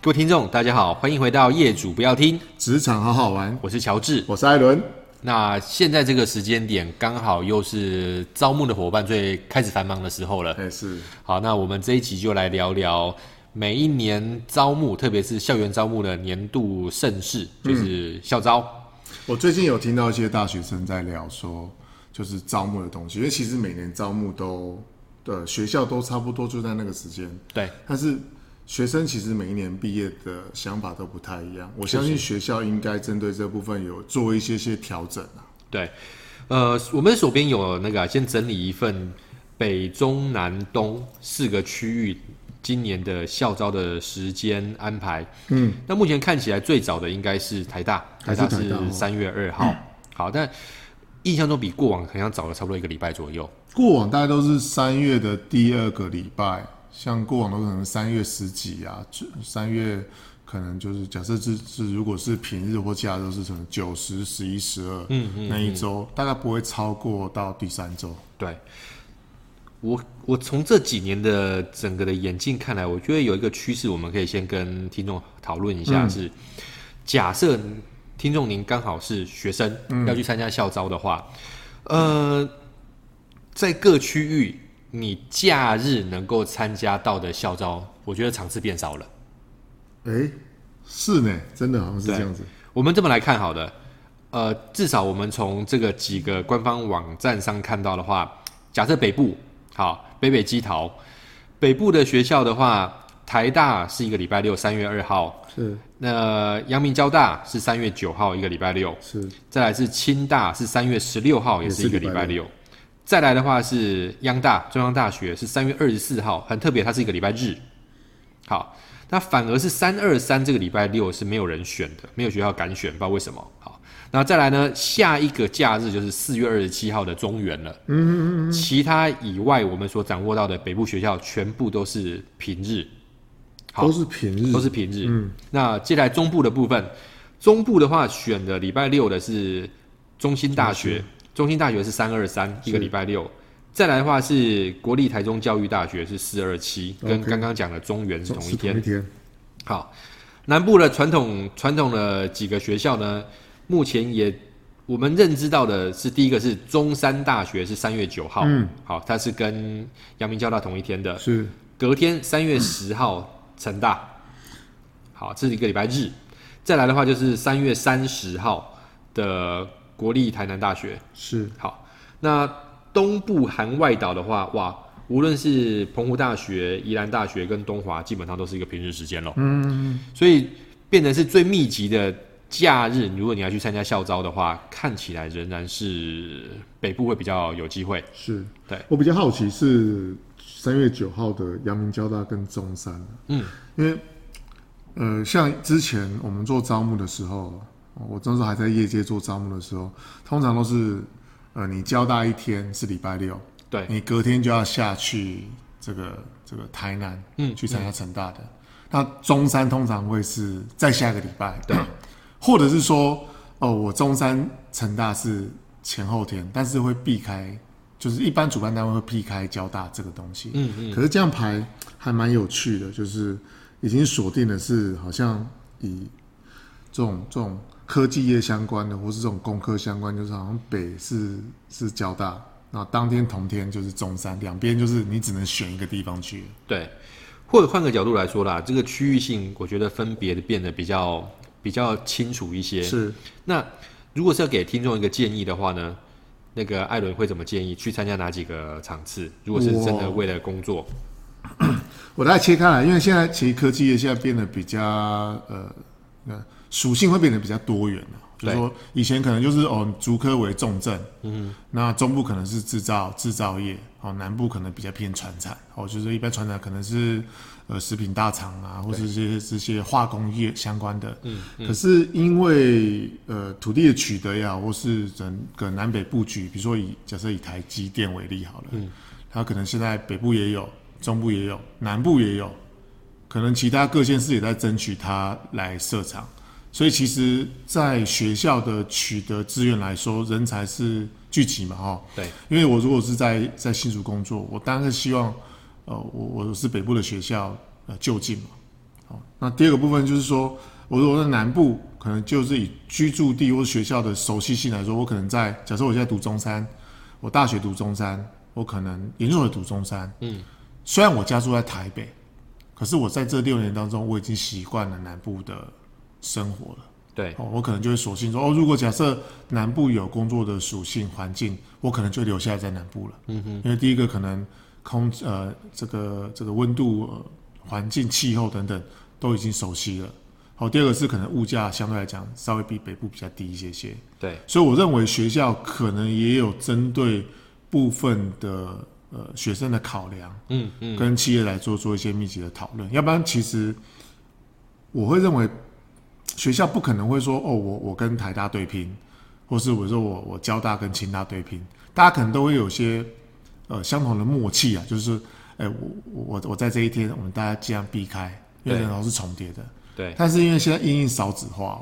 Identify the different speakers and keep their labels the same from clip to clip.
Speaker 1: 各位听众，大家好，欢迎回到《业主不要听》，
Speaker 2: 职场好好玩，
Speaker 1: 我是乔治。
Speaker 2: 我是艾伦。
Speaker 1: 那现在这个时间点，刚好又是招募的伙伴最开始繁忙的时候了。
Speaker 2: 哎、是
Speaker 1: 好，那我们这一集就来聊聊每一年招募，特别是校园招募的年度盛事，就是校招。
Speaker 2: 我最近有听到一些大学生在聊说，就是招募的东西，因为其实每年招募都呃学校都差不多就在那个时间，
Speaker 1: 对，
Speaker 2: 但是学生其实每一年毕业的想法都不太一样。我相信学校应该针对这部分有做一些些调整啊。
Speaker 1: 对，呃，我们手边有那个啊、先整理一份北中南东四个区域今年的校招的时间安排。
Speaker 2: 嗯，
Speaker 1: 那目前看起来最早的应该是台大，
Speaker 2: 还是
Speaker 1: 大
Speaker 2: 台
Speaker 1: 是
Speaker 2: 大哦
Speaker 1: 三月二号。好，但印象中比过往好像早了差不多一个礼拜左右。
Speaker 2: 过往大概都是三月的第二个礼拜，像过往都可能三月十几啊，就三月可能就是假设是是如果是平日或假日都是可能九十、十一、十二，嗯嗯，那一周大概不会超过到第三周。
Speaker 1: 对，我我从这几年的整个的演进看来，我觉得有一个趋势，我们可以先跟听众讨论一下是，假设听众您刚好是学生、要去参加校招的话，呃，在各区域你假日能够参加到的校招，我觉得场次变少了。
Speaker 2: 哎、是呢，真的好像是这样子。
Speaker 1: 我们这么来看好的，呃，至少我们从这个几个官方网站上看到的话，假设北部好，北北基桃，北部的学校的话，台大是一个礼拜六，三月二号，
Speaker 2: 是
Speaker 1: 那阳明交大是三月九号，一个礼拜六，
Speaker 2: 是，
Speaker 1: 再来是清大是三月十六号，也是一个礼拜六。再来的话是央大中央大学是三月二十四号，很特别，它是一个礼拜日。好，那反而是三二三这个礼拜六是没有人选的，没有学校敢选，不知道为什么。好，那再来呢，下一个假日就是四月二十七号的中原了。嗯嗯嗯。其他以外，我们所掌握到的北部学校全部都是平日。好
Speaker 2: 都是平日，
Speaker 1: 都是平日。那接下来中部的部分，中部的话选的礼拜六的是中兴大学，中兴大学是三二三一个礼拜六。再来的话是国立台中教育大学是四二七，跟
Speaker 2: OK
Speaker 1: 刚刚讲的中原是
Speaker 2: 总
Speaker 1: 同一
Speaker 2: 是
Speaker 1: 天
Speaker 2: 同一。天。
Speaker 1: 好，南部的传统传统的几个学校呢，目前也我们认知到的是，第一个是中山大学是三月九号，
Speaker 2: 嗯，
Speaker 1: 好，它是跟阳明交大同一天的，
Speaker 2: 是
Speaker 1: 隔天三月十号，成大，好，这是一个礼拜日。再来的话就是三月三十号的国立台南大学。
Speaker 2: 是，
Speaker 1: 好，那东部含外岛的话，哇，无论是澎湖大学、宜兰大学跟东华，基本上都是一个平日时间咯。
Speaker 2: 嗯，
Speaker 1: 所以变成是最密集的假日。如果你要去参加校招的话，看起来仍然是北部会比较有机会。
Speaker 2: 是。
Speaker 1: 对，
Speaker 2: 我比较好奇是三月九号的阳明交大跟中山。啊
Speaker 1: 嗯，
Speaker 2: 因为呃，像之前我们做招募的时候，我那时候还在业界做招募的时候，通常都是呃，你交大一天是礼拜六，
Speaker 1: 对，
Speaker 2: 你隔天就要下去这个这个台南，
Speaker 1: 嗯
Speaker 2: 去参加成大的。那中山通常会是在下个礼拜，对， 或者是说哦，我中山成大是前后天，但是会避开，就是一般主办单位会避开交大这个东西，
Speaker 1: 嗯嗯，
Speaker 2: 可是这样排还蛮有趣的，就是已经锁定的是好像以这种这种科技业相关的，或是这种工科相关，就是好像北是是交大，那当天同天就是中山，两边就是你只能选一个地方去。
Speaker 1: 对，或者换个角度来说啦，这个区域性，我觉得分别的变得比较比较清楚一些。
Speaker 2: 是
Speaker 1: 那如果是要给听众一个建议的话呢，那个艾伦会怎么建议去参加哪几个场次？如果是真的
Speaker 2: 哇
Speaker 1: 为了工作，
Speaker 2: 我来切开来，因为现在其实科技业现在变得比较呃，呃属性会变得比较多元了。就
Speaker 1: 对
Speaker 2: 是说，以前可能就是哦，竹科为重镇，嗯，那中部可能是制造制造业，哦，南部可能比较偏传产，哦，就是一般传产可能是呃食品大厂啊，或是这些这些化工业相关的，嗯，可是因为呃土地的取得呀，或是整个南北布局，比如说以假设以台积电为例好了，嗯，它可能现在北部也有，中部也有，南部也有，可能其他各县市也在争取它来设厂，所以其实，在学校的取得资源来说，人才是聚集嘛，哈。
Speaker 1: 对。
Speaker 2: 因为我如果是在在新竹工作，我当然是希望，呃，我我是北部的学校，呃，就近嘛，啊、哦，那第二个部分就是说，我如果在南部，可能就是以居住地或学校的熟悉性来说，我可能在假设我现在读中山，我大学读中山，我可能研究所读中山，
Speaker 1: 嗯，
Speaker 2: 虽然我家住在台北，可是我在这六年当中，我已经习惯了南部的生活了。
Speaker 1: 对，
Speaker 2: 哦，我可能就会索性说，哦，如果假设南部有工作的属性环境，我可能就留下来在南部了。
Speaker 1: 嗯
Speaker 2: 哼，因为第一个可能空呃这个这个温度、呃环境、气候等等都已经熟悉了。好、第二个是可能物价相对来讲稍微比北部比较低一些些，
Speaker 1: 对，
Speaker 2: 所以我认为学校可能也有针对部分的呃学生的考量，
Speaker 1: 嗯嗯，
Speaker 2: 跟企业来做做一些密集的讨论，要不然其实我会认为学校不可能会说哦，我我跟台大对拼，或是我说我我交大跟清大对拼，大家可能都会有些呃相同的默契啊，就是哎、我我我在这一天我们大家尽量避开，因为
Speaker 1: 对
Speaker 2: 人头是重叠的，
Speaker 1: 对
Speaker 2: 但是因为现在因应少子化、哦，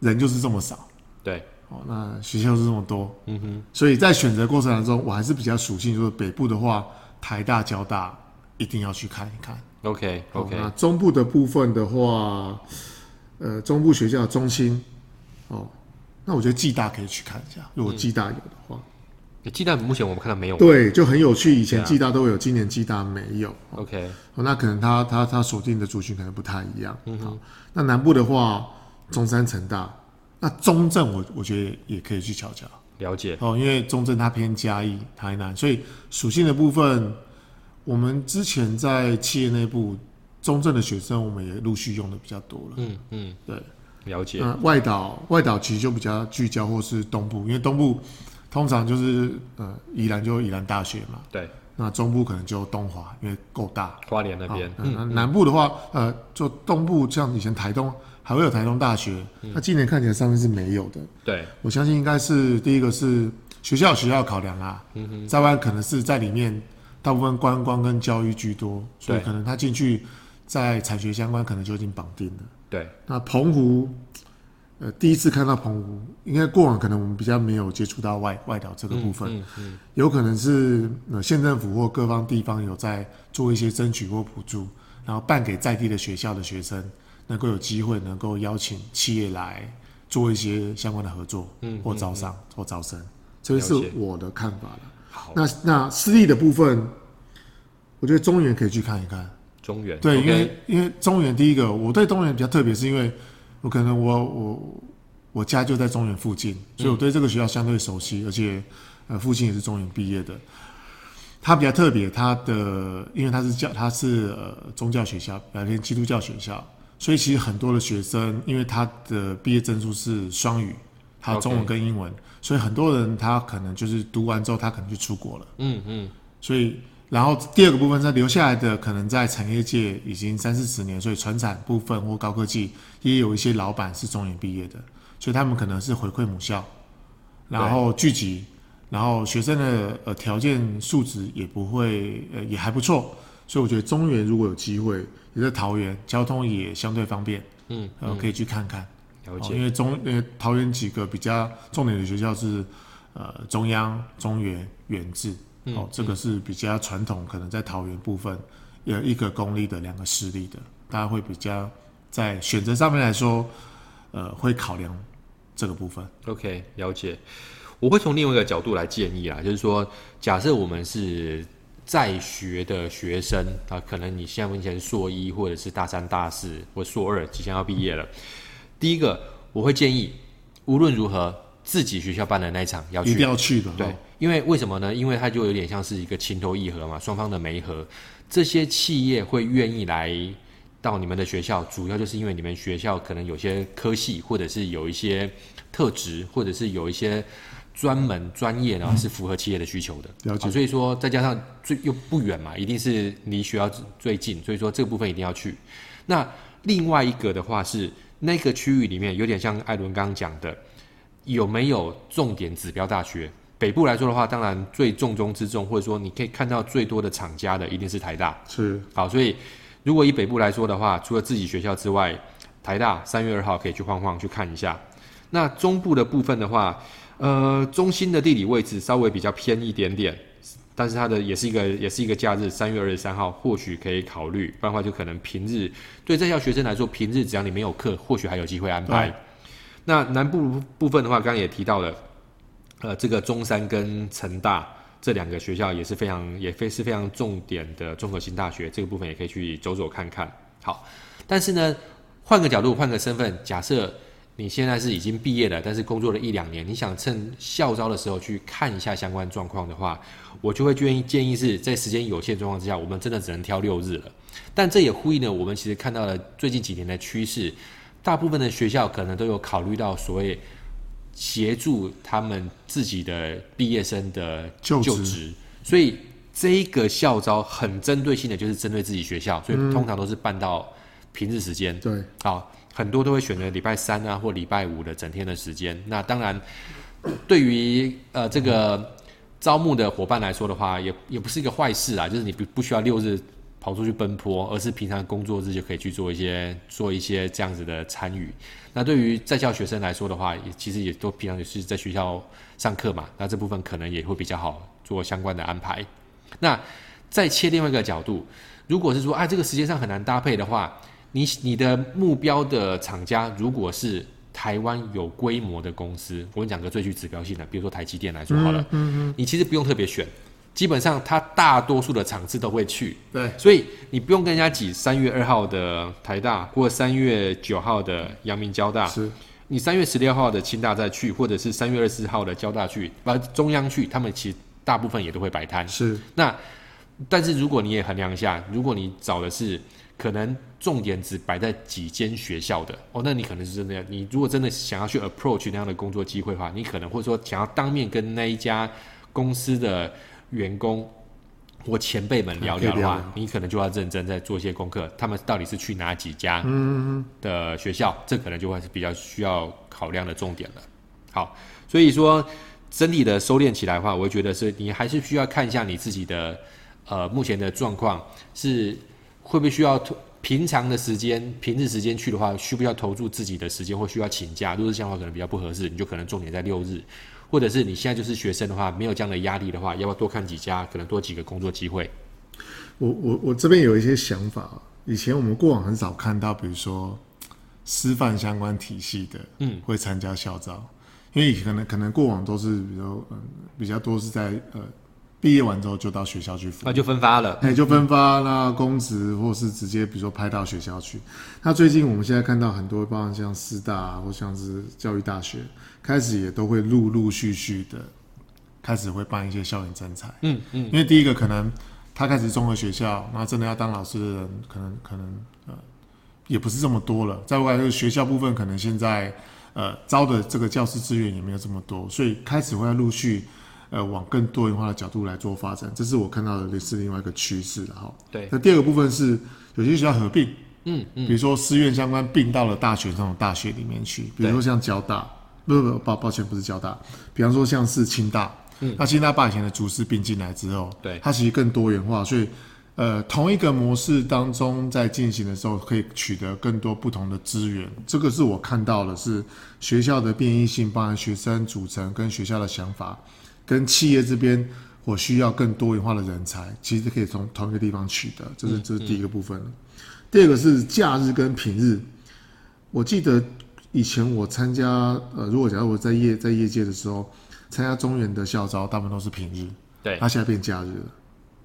Speaker 2: 人就是这么少。
Speaker 1: 对，
Speaker 2: 哦，那学校是这么多，
Speaker 1: 嗯哼，
Speaker 2: 所以在选择过程当中，我还是比较属性，就是北部的话，台大、交大一定要去看一看。
Speaker 1: OK
Speaker 2: 哦
Speaker 1: OK，
Speaker 2: 那中部的部分的话，呃，中部学校的中心，哦，那我觉得暨大可以去看一下，如果暨大有的话，
Speaker 1: 鸡蛋目前我们看到没有
Speaker 2: 对，就很有趣。以前
Speaker 1: 嗯对啊
Speaker 2: 暨大都有，今年暨大没有。
Speaker 1: ，OK，
Speaker 2: 哦，那可能他他他锁定的族群可能不太一样。嗯好，那南部的话，中山成大，那中正我我觉得也可以去瞧瞧。
Speaker 1: 了解，
Speaker 2: 哦，因为中正它偏嘉义、台南，所以属性的部分，我们之前在企业内部，中正的学生我们也陆续用的比较多了。
Speaker 1: 嗯嗯，
Speaker 2: 对，嗯
Speaker 1: 了解，
Speaker 2: 那外岛外岛其实就比较聚焦或是东部，因为东部通常就是呃宜兰就宜兰大学嘛，
Speaker 1: 对，
Speaker 2: 那中部可能就东华，因为够大。
Speaker 1: 花莲那边嗯
Speaker 2: 好，那南部的话，呃，就东部像以前台东还会有台东大学，
Speaker 1: 嗯
Speaker 2: 那今年看起来上面是没有的。
Speaker 1: 对
Speaker 2: 我相信应该是第一个是学校有学校的考量啦，嗯哼，再不然可能是在里面大部分观光跟教育居多，所以
Speaker 1: 对
Speaker 2: 可能他进去在产学相关可能就已经绑定了。
Speaker 1: 对，
Speaker 2: 那澎湖，呃，第一次看到澎湖，因为过往可能我们比较没有接触到外外岛这个部分，
Speaker 1: 嗯嗯，
Speaker 2: 有可能是呃县政府或各方地方有在做一些争取或补助，然后办给在地的学校的学生能够有机会能够邀请企业来做一些相关的合作，
Speaker 1: 嗯
Speaker 2: 或招商、或招生，这是
Speaker 1: 了解
Speaker 2: 我的看法了。
Speaker 1: 好，
Speaker 2: 那那私立的部分，我觉得中原可以去看一看。
Speaker 1: 中原
Speaker 2: 对，因
Speaker 1: OK，
Speaker 2: 为因为中原第一个，我对中原比较特别，是因为我可能我我我家就在中原附近，所以我对这个学校相对熟悉，而且呃父亲也是中原毕业的。它比较特别，它的因为它是教它是呃宗教学校，比较偏基督教学校，所以其实很多的学生，因为他的毕业证书是双语，他
Speaker 1: OK
Speaker 2: 中文跟英文所以很多人他可能就是读完之后，他可能就出国了。
Speaker 1: 嗯嗯，
Speaker 2: 所以，然后第二个部分是留下来的，可能在产业界已经三四十年，所以传产部分或高科技也有一些老板是中研毕业的，所以他们可能是回馈母校，然后聚集，然后学生的呃条件素质也不会呃也还不错，所以我觉得中原如果有机会，也在桃园，交通也相对方便，
Speaker 1: 嗯，
Speaker 2: 呃可以去看看。
Speaker 1: 了
Speaker 2: 哦
Speaker 1: 解，
Speaker 2: 因为中因为桃园几个比较重点的学校是呃中央、中原、远志，
Speaker 1: 嗯
Speaker 2: 哦，这个是比较传统，可能在桃园部分有一个公立的，两个私立的，大家会比较在选择上面来说，呃，会考量这个部分。
Speaker 1: OK，了解。我会从另外一个角度来建议啊，就是说，假设我们是在学的学生啊，可能你现在目前硕一或者是大三、大四或硕二，即将要毕业了。第一个，我会建议，无论如何，自己学校办的那一场要去
Speaker 2: 一定要去的，
Speaker 1: 对
Speaker 2: 哦，
Speaker 1: 因为为什么呢？因为它就有点像是一个情投意合嘛，双方的媒合，这些企业会愿意来到你们的学校，主要就是因为你们学校可能有些科系，或者是有一些特质，或者是有一些专门专业呢是符合企业的需求的。
Speaker 2: 了解
Speaker 1: 好所以说再加上最又不远嘛，一定是离学校最近，所以说这个部分一定要去。那另外一个的话是那个区域里面有点像艾伦刚刚讲的，有没有重点指标大学？北部来说的话，当然最重中之重，或者说你可以看到最多的厂家的一定是台大。
Speaker 2: 是
Speaker 1: 好，所以如果以北部来说的话，除了自己学校之外，台大三月二号可以去晃晃去看一下。那中部的部分的话，呃，中心的地理位置稍微比较偏一点点，但是它的也是一个也是一个假日，三月二十三号或许可以考虑，不然的话就可能平日对在校学生来说，平日只要你没有课，或许还有机会安排。那南部部分的话，刚刚也提到了，呃，这个中山跟成大这两个学校也是非常也非是非常重点的综合性大学，这个部分也可以去走走看看。好，但是呢，换个角度，换个身份，假设你现在是已经毕业了，但是工作了一两年，你想趁校招的时候去看一下相关状况的话，我就会建议建议是在时间有限状况之下，我们真的只能挑六日了。但这也呼应了我们其实看到了最近几年的趋势，大部分的学校可能都有考虑到所谓协助他们自己的毕业生的
Speaker 2: 就职
Speaker 1: 就职，所以这个校招很针对性的就是针对自己学校，所以通常都是办到平日时间。
Speaker 2: 对，
Speaker 1: 好，很多都会选择礼拜三啊或礼拜五的整天的时间。那当然，对于呃这个招募的伙伴来说的话，也也不是一个坏事啊，就是你不不需要六日跑出去奔波，而是平常工作日就可以去做一些做一些这样子的参与。那对于在校学生来说的话，也其实也都平常也是在学校上课嘛，那这部分可能也会比较好做相关的安排。那再切另外一个角度，如果是说啊这个时间上很难搭配的话，你你的目标的厂家如果是台湾有规模的公司，我们讲个最具指标性的，比如说台积电来说好了，嗯嗯你其实不用特别选，基本上它大多数的场次都会去，
Speaker 2: 对，
Speaker 1: 所以你不用跟人家挤三月二号的台大或三月九号的阳明交大，
Speaker 2: 是，
Speaker 1: 你三月十六号的清大再去，或者是三月二十四号的交大去，把中央去，他们其实大部分也都会摆摊。
Speaker 2: 是，
Speaker 1: 那但是如果你也衡量一下，如果你找的是可能重点只摆在几间学校的哦，那你可能是真的要，你如果真的想要去 approach 那样的工作机会的话，你可能或者说想要当面跟那一家公司的员工或前辈们聊聊
Speaker 2: 啊可以
Speaker 1: 的
Speaker 2: 聊
Speaker 1: 话，
Speaker 2: 聊
Speaker 1: 你可能就要认真再做一些功课，他们到底是去哪几家的学校，这可能就会是比较需要考量的重点了。好，所以说整体的收敛起来的话，我会觉得是你还是需要看一下你自己的呃目前的状况是会不会需要投平常的时间、平日时间去的话，需不需要投注自己的时间或需要请假？如果是这样的话，可能比较不合适，你就可能重点在六日，或者是你现在就是学生的话，没有这样的压力的话，要不要多看几家，可能多几个工作机会？
Speaker 2: 我我我这边有一些想法哦，以前我们过往很少看到，比如说师范相关体系的，嗯，会参加校招，因为可能可能过往都是比较嗯比较多是在呃毕业完之后就到学校去服务
Speaker 1: 那就分发了。
Speaker 2: 哎、就分发啦、公职，或是直接比如说派到学校去。那最近我们现在看到很多，包含像师大、啊、或像是教育大学，开始也都会陆陆续续的开始会办一些校园征才。
Speaker 1: 嗯嗯，
Speaker 2: 因为第一个可能他开始综合学校，那真的要当老师的人，可能可能呃也不是这么多了。再外就是学校部分，可能现在呃招的这个教师资源也没有这么多，所以开始会陆续呃往更多元化的角度来做发展，这是我看到的类似另外一个趋势了哈。
Speaker 1: 对，
Speaker 2: 那第二个部分是有些学校合并，
Speaker 1: 嗯
Speaker 2: 比如说师院相关并到了大学这种大学里面去，比如说像交大，不不不，抱抱歉不是交大，比方说像是清大，那清大把以前的竹师并进来之后，
Speaker 1: 嗯对
Speaker 2: 它其实更多元化，所以呃，同一个模式当中在进行的时候，可以取得更多不同的资源，这个是我看到的是学校的变异性，包含学生组成跟学校的想法，跟企业这边。我需要更多元化的人才，其实可以从同一个地方取得，
Speaker 1: 嗯
Speaker 2: 这是这是第一个部分了。第二个是假日跟平日，我记得以前我参加，呃，如果假如我在业在业界的时候，参加中原的校招，大部分都是平日，
Speaker 1: 对
Speaker 2: 它现在变假日了。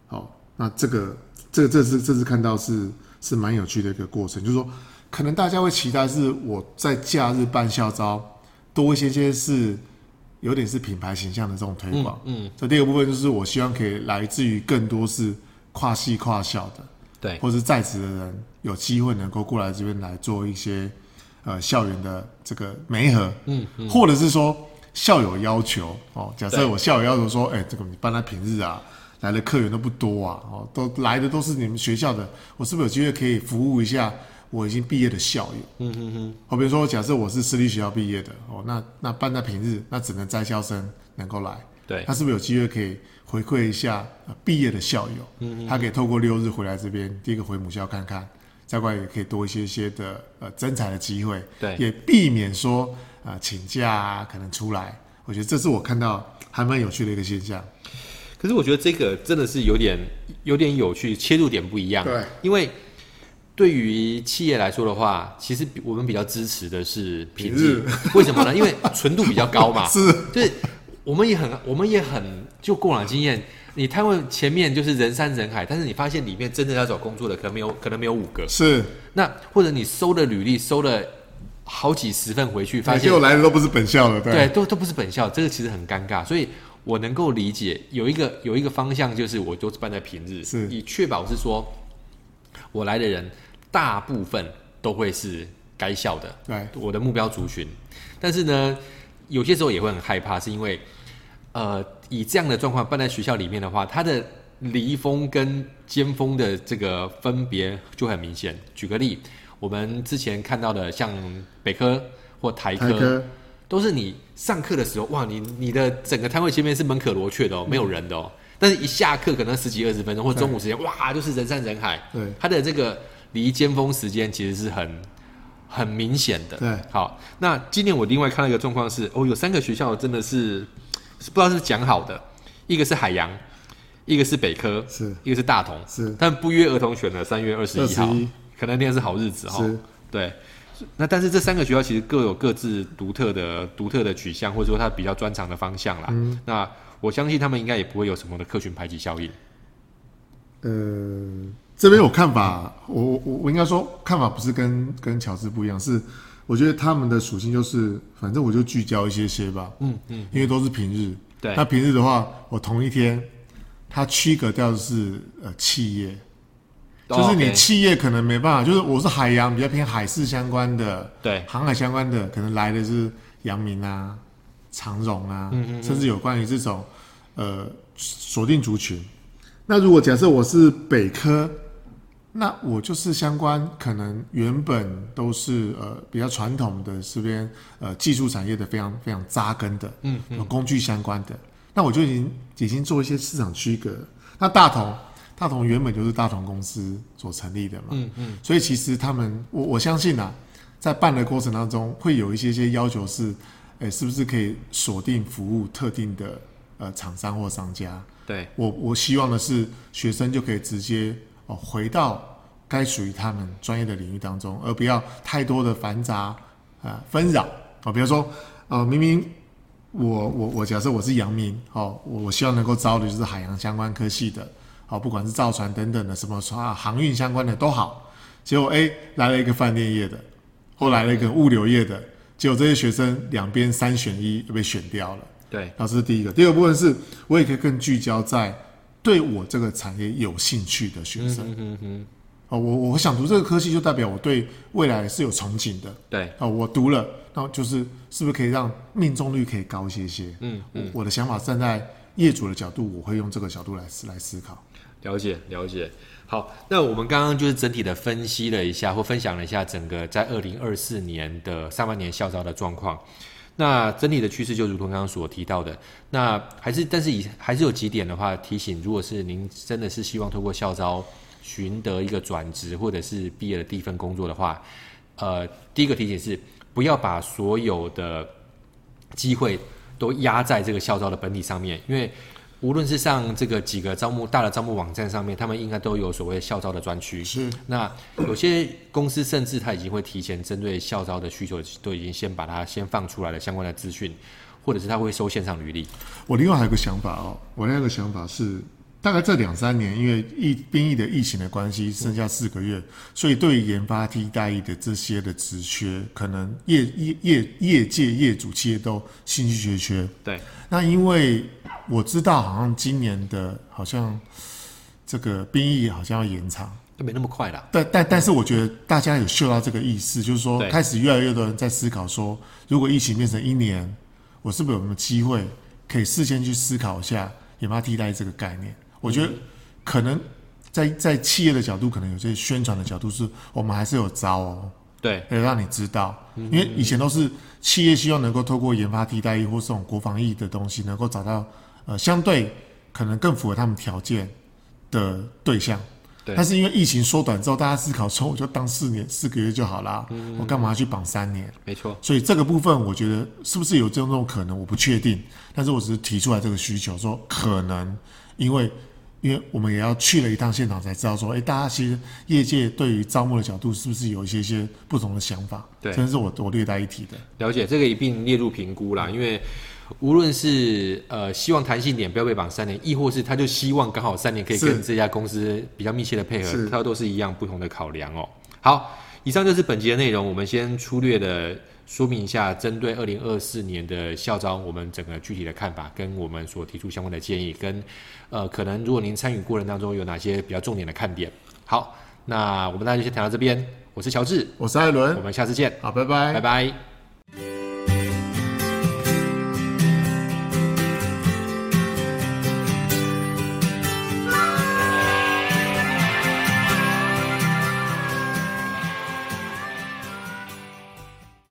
Speaker 2: 好，那这个这这是这次看到是是蛮有趣的一个过程，就是说，可能大家会期待是我在假日办校招，多一些些是有点是品牌形象的这种推广。嗯，这、第二个部分就是我希望可以来自于更多是跨系跨校的。
Speaker 1: 对，
Speaker 2: 或是在职的人有机会能够过来这边来做一些呃校园的这个媒合，嗯，或者是说校友要求哦，假
Speaker 1: 对
Speaker 2: 设我校友要求说，哎、这个你办在平日啊，来的客源都不多啊，哦，都来的都是你们学校的，我是不是有机会可以服务一下我已经毕业的校友？嗯嗯嗯，好，比如说假设我是私立学校毕业的，哦，那那办在平日，那只能在校生能够来，
Speaker 1: 对，
Speaker 2: 他是不是有机会可以回馈一下呃毕业的校友？
Speaker 1: 嗯
Speaker 2: 他可以透过六日回来这边，第一个回母校看看，再过来也可以多一些些的呃增财的机会，
Speaker 1: 对
Speaker 2: 也避免说啊、呃请假啊可能出来。我觉得这是我看到还蛮有趣的一个现象。
Speaker 1: 可是我觉得这个真的是有点有点有趣，切入点不一样。
Speaker 2: 对，
Speaker 1: 因为对于企业来说的话，其实比我们比较支持的是平日，为什么呢？因为纯度比较高嘛。
Speaker 2: 是，
Speaker 1: 就是我们也很我们也很就过往经验，你摊位前面就是人山人海，但是你发现里面真的要找工作的可能没有可能没有五个，
Speaker 2: 是，
Speaker 1: 那或者你收了履历收了好几十份回去，发现
Speaker 2: 结果来的都不是本校的，
Speaker 1: 对，都都不是本校，这个其实很尴尬，所以我能够理解有一个有一个方向，就是我都是办在平日，
Speaker 2: 是
Speaker 1: 以确保是说我来的人大部分都会是该校的，
Speaker 2: 对
Speaker 1: 我的目标族群，但是呢，有些时候也会很害怕，是因为呃，以这样的状况办在学校里面的话，它的离峰跟尖峰的这个分别就很明显。举个例，我们之前看到的像北科或台科，
Speaker 2: 台科
Speaker 1: 都是你上课的时候，哇，你你的整个摊位前面是门可罗雀的
Speaker 2: 嗯
Speaker 1: 哦，没有人的哦。但是，一下课可能十几二十分钟，或中午时间，哇，就是人山人海。
Speaker 2: 对
Speaker 1: 它的这个离尖峰时间其实是很很明显的。
Speaker 2: 对
Speaker 1: 好，那今年我另外看到一个状况是，哦，有三个学校真的是是不知道是不是讲好的，一个是海洋，一个是北科，
Speaker 2: 是
Speaker 1: 一个是大同，
Speaker 2: 是
Speaker 1: 但不约而同选了三月二十一号
Speaker 2: 21，
Speaker 1: 可能那天是好日子哈
Speaker 2: 是。
Speaker 1: 对，那但是这三个学校其实各有各自独特的独特的取向，或者说它比较专长的方向啦。
Speaker 2: 嗯
Speaker 1: 那我相信他们应该也不会有什么的客群排挤效应。
Speaker 2: 呃，这边我看法，我我我应该说看法不是跟跟乔治不一样，是我觉得他们的属性就是，反正我就聚焦一些些吧，嗯嗯，因为都是平日，
Speaker 1: 对
Speaker 2: 那平日的话，我同一天，它区隔掉的是呃企业，就是
Speaker 1: 哦
Speaker 2: 你
Speaker 1: ，OK
Speaker 2: 企业可能没办法，就是我是海洋比较偏海事相关的，
Speaker 1: 对
Speaker 2: 航海相关的，可能来的是阳明啊、长荣啊，甚至有关于这种呃锁定族群。那如果假设我是北科，那我就是相关可能原本都是呃比较传统的这边呃技术产业的非常非常扎根的，嗯，有工具相关的，那我就已经已经做一些市场区隔了。那大同，大同原本就是大同公司所成立的嘛，嗯嗯，所以其实他们我我相信啊，在办的过程当中会有一些些要求是，诶、是不是可以锁定服务特定的呃厂商或商家，
Speaker 1: 对
Speaker 2: 我我希望的是学生就可以直接哦回到该属于他们专业的领域当中，而不要太多的繁杂啊、呃纷扰哦。比如说，呃，明明我我我假设我是阳明哦，我我希望能够招的就是海洋相关科系的，好、不管是造船等等的，什么啊航运相关的都好。结果哎来了一个饭店业的，后来了一个物流业的，结果这些学生两边三选一就被选掉了。
Speaker 1: 对
Speaker 2: 老师是第一个，第二个部分是我也可以更聚焦在对我这个产业有兴趣的学生。嗯嗯哦，我我想读这个科系，就代表我对未来是有憧憬的。
Speaker 1: 对，
Speaker 2: 哦，我读了，那就是是不是可以让命中率可以高一些些？
Speaker 1: 嗯
Speaker 2: 我，我的想法站在业主的角度，我会用这个角度来思来思考。
Speaker 1: 了解了解。好，那我们刚刚就是整体的分析了一下，或分享了一下整个在二零二四年的上半年校招的状况。那整体的趋势就如同刚刚所提到的，那还是但是以还是有几点的话提醒，如果是您真的是希望透过校招寻得一个转职或者是毕业的第一份工作的话，呃，第一个提醒是不要把所有的机会都压在这个校招的本体上面，因为无论是上这个几个招募大的招募网站上面，他们应该都有所谓校招的专区。
Speaker 2: 是
Speaker 1: 那有些公司甚至他已经会提前针对校招的需求，都已经先把它先放出来了相关的资讯，或者是他会收线上履历。
Speaker 2: 我另外还有个想法哦，我另外一个想法是，大概这两三年因为疫兵役的疫情的关系，剩下四个月，所以对于研发替代役的这些的职缺，可能业业业业界业主企业都兴趣缺缺。
Speaker 1: 对
Speaker 2: 那因为我知道，好像今年的好像这个兵役好像要延长。
Speaker 1: 都没那么快啦。
Speaker 2: 但但但是，我觉得大家有嗅到这个意思，就是说
Speaker 1: 对
Speaker 2: 开始越来越多人在思考说，如果疫情变成一年，我是不是有没有机会可以事先去思考一下研发替代这个概念？我觉得可能在在企业的角度，可能有些宣传的角度是，我们还是有招哦，
Speaker 1: 对
Speaker 2: 要让你知道，因为以前都是企业希望能够透过研发替代役或这种国防役的东西，能够找到呃相对可能更符合他们条件的对象。
Speaker 1: 对
Speaker 2: 但是因为疫情缩短之后，大家思考说，我就当四年四个月就好啦，我干嘛要去绑三年？
Speaker 1: 没错。
Speaker 2: 所以这个部分，我觉得是不是有这种可能，我不确定。但是我只是提出来这个需求，说可能因为因为我们也要去了一趟现场才知道说，哎，大家其实业界对于招募的角度是不是有一些些不同的想法？
Speaker 1: 对
Speaker 2: 真是我我略带一提的。
Speaker 1: 了解这个一并列入评估啦，因为无论是呃希望弹性点不要被绑三年，亦或是他就希望刚好三年可以
Speaker 2: 是
Speaker 1: 跟这家公司比较密切的配合
Speaker 2: 是，
Speaker 1: 它都是一样不同的考量哦。好，以上就是本集的内容，我们先粗略的说明一下针对二零二四年的校招，我们整个具体的看法，跟我们所提出相关的建议，跟呃可能如果您参与过程当中有哪些比较重点的看点。好，那我们大家就先谈到这边，我是乔治，
Speaker 2: 我是艾伦
Speaker 1: 我，们下次见，
Speaker 2: 好，拜拜
Speaker 1: 拜。拜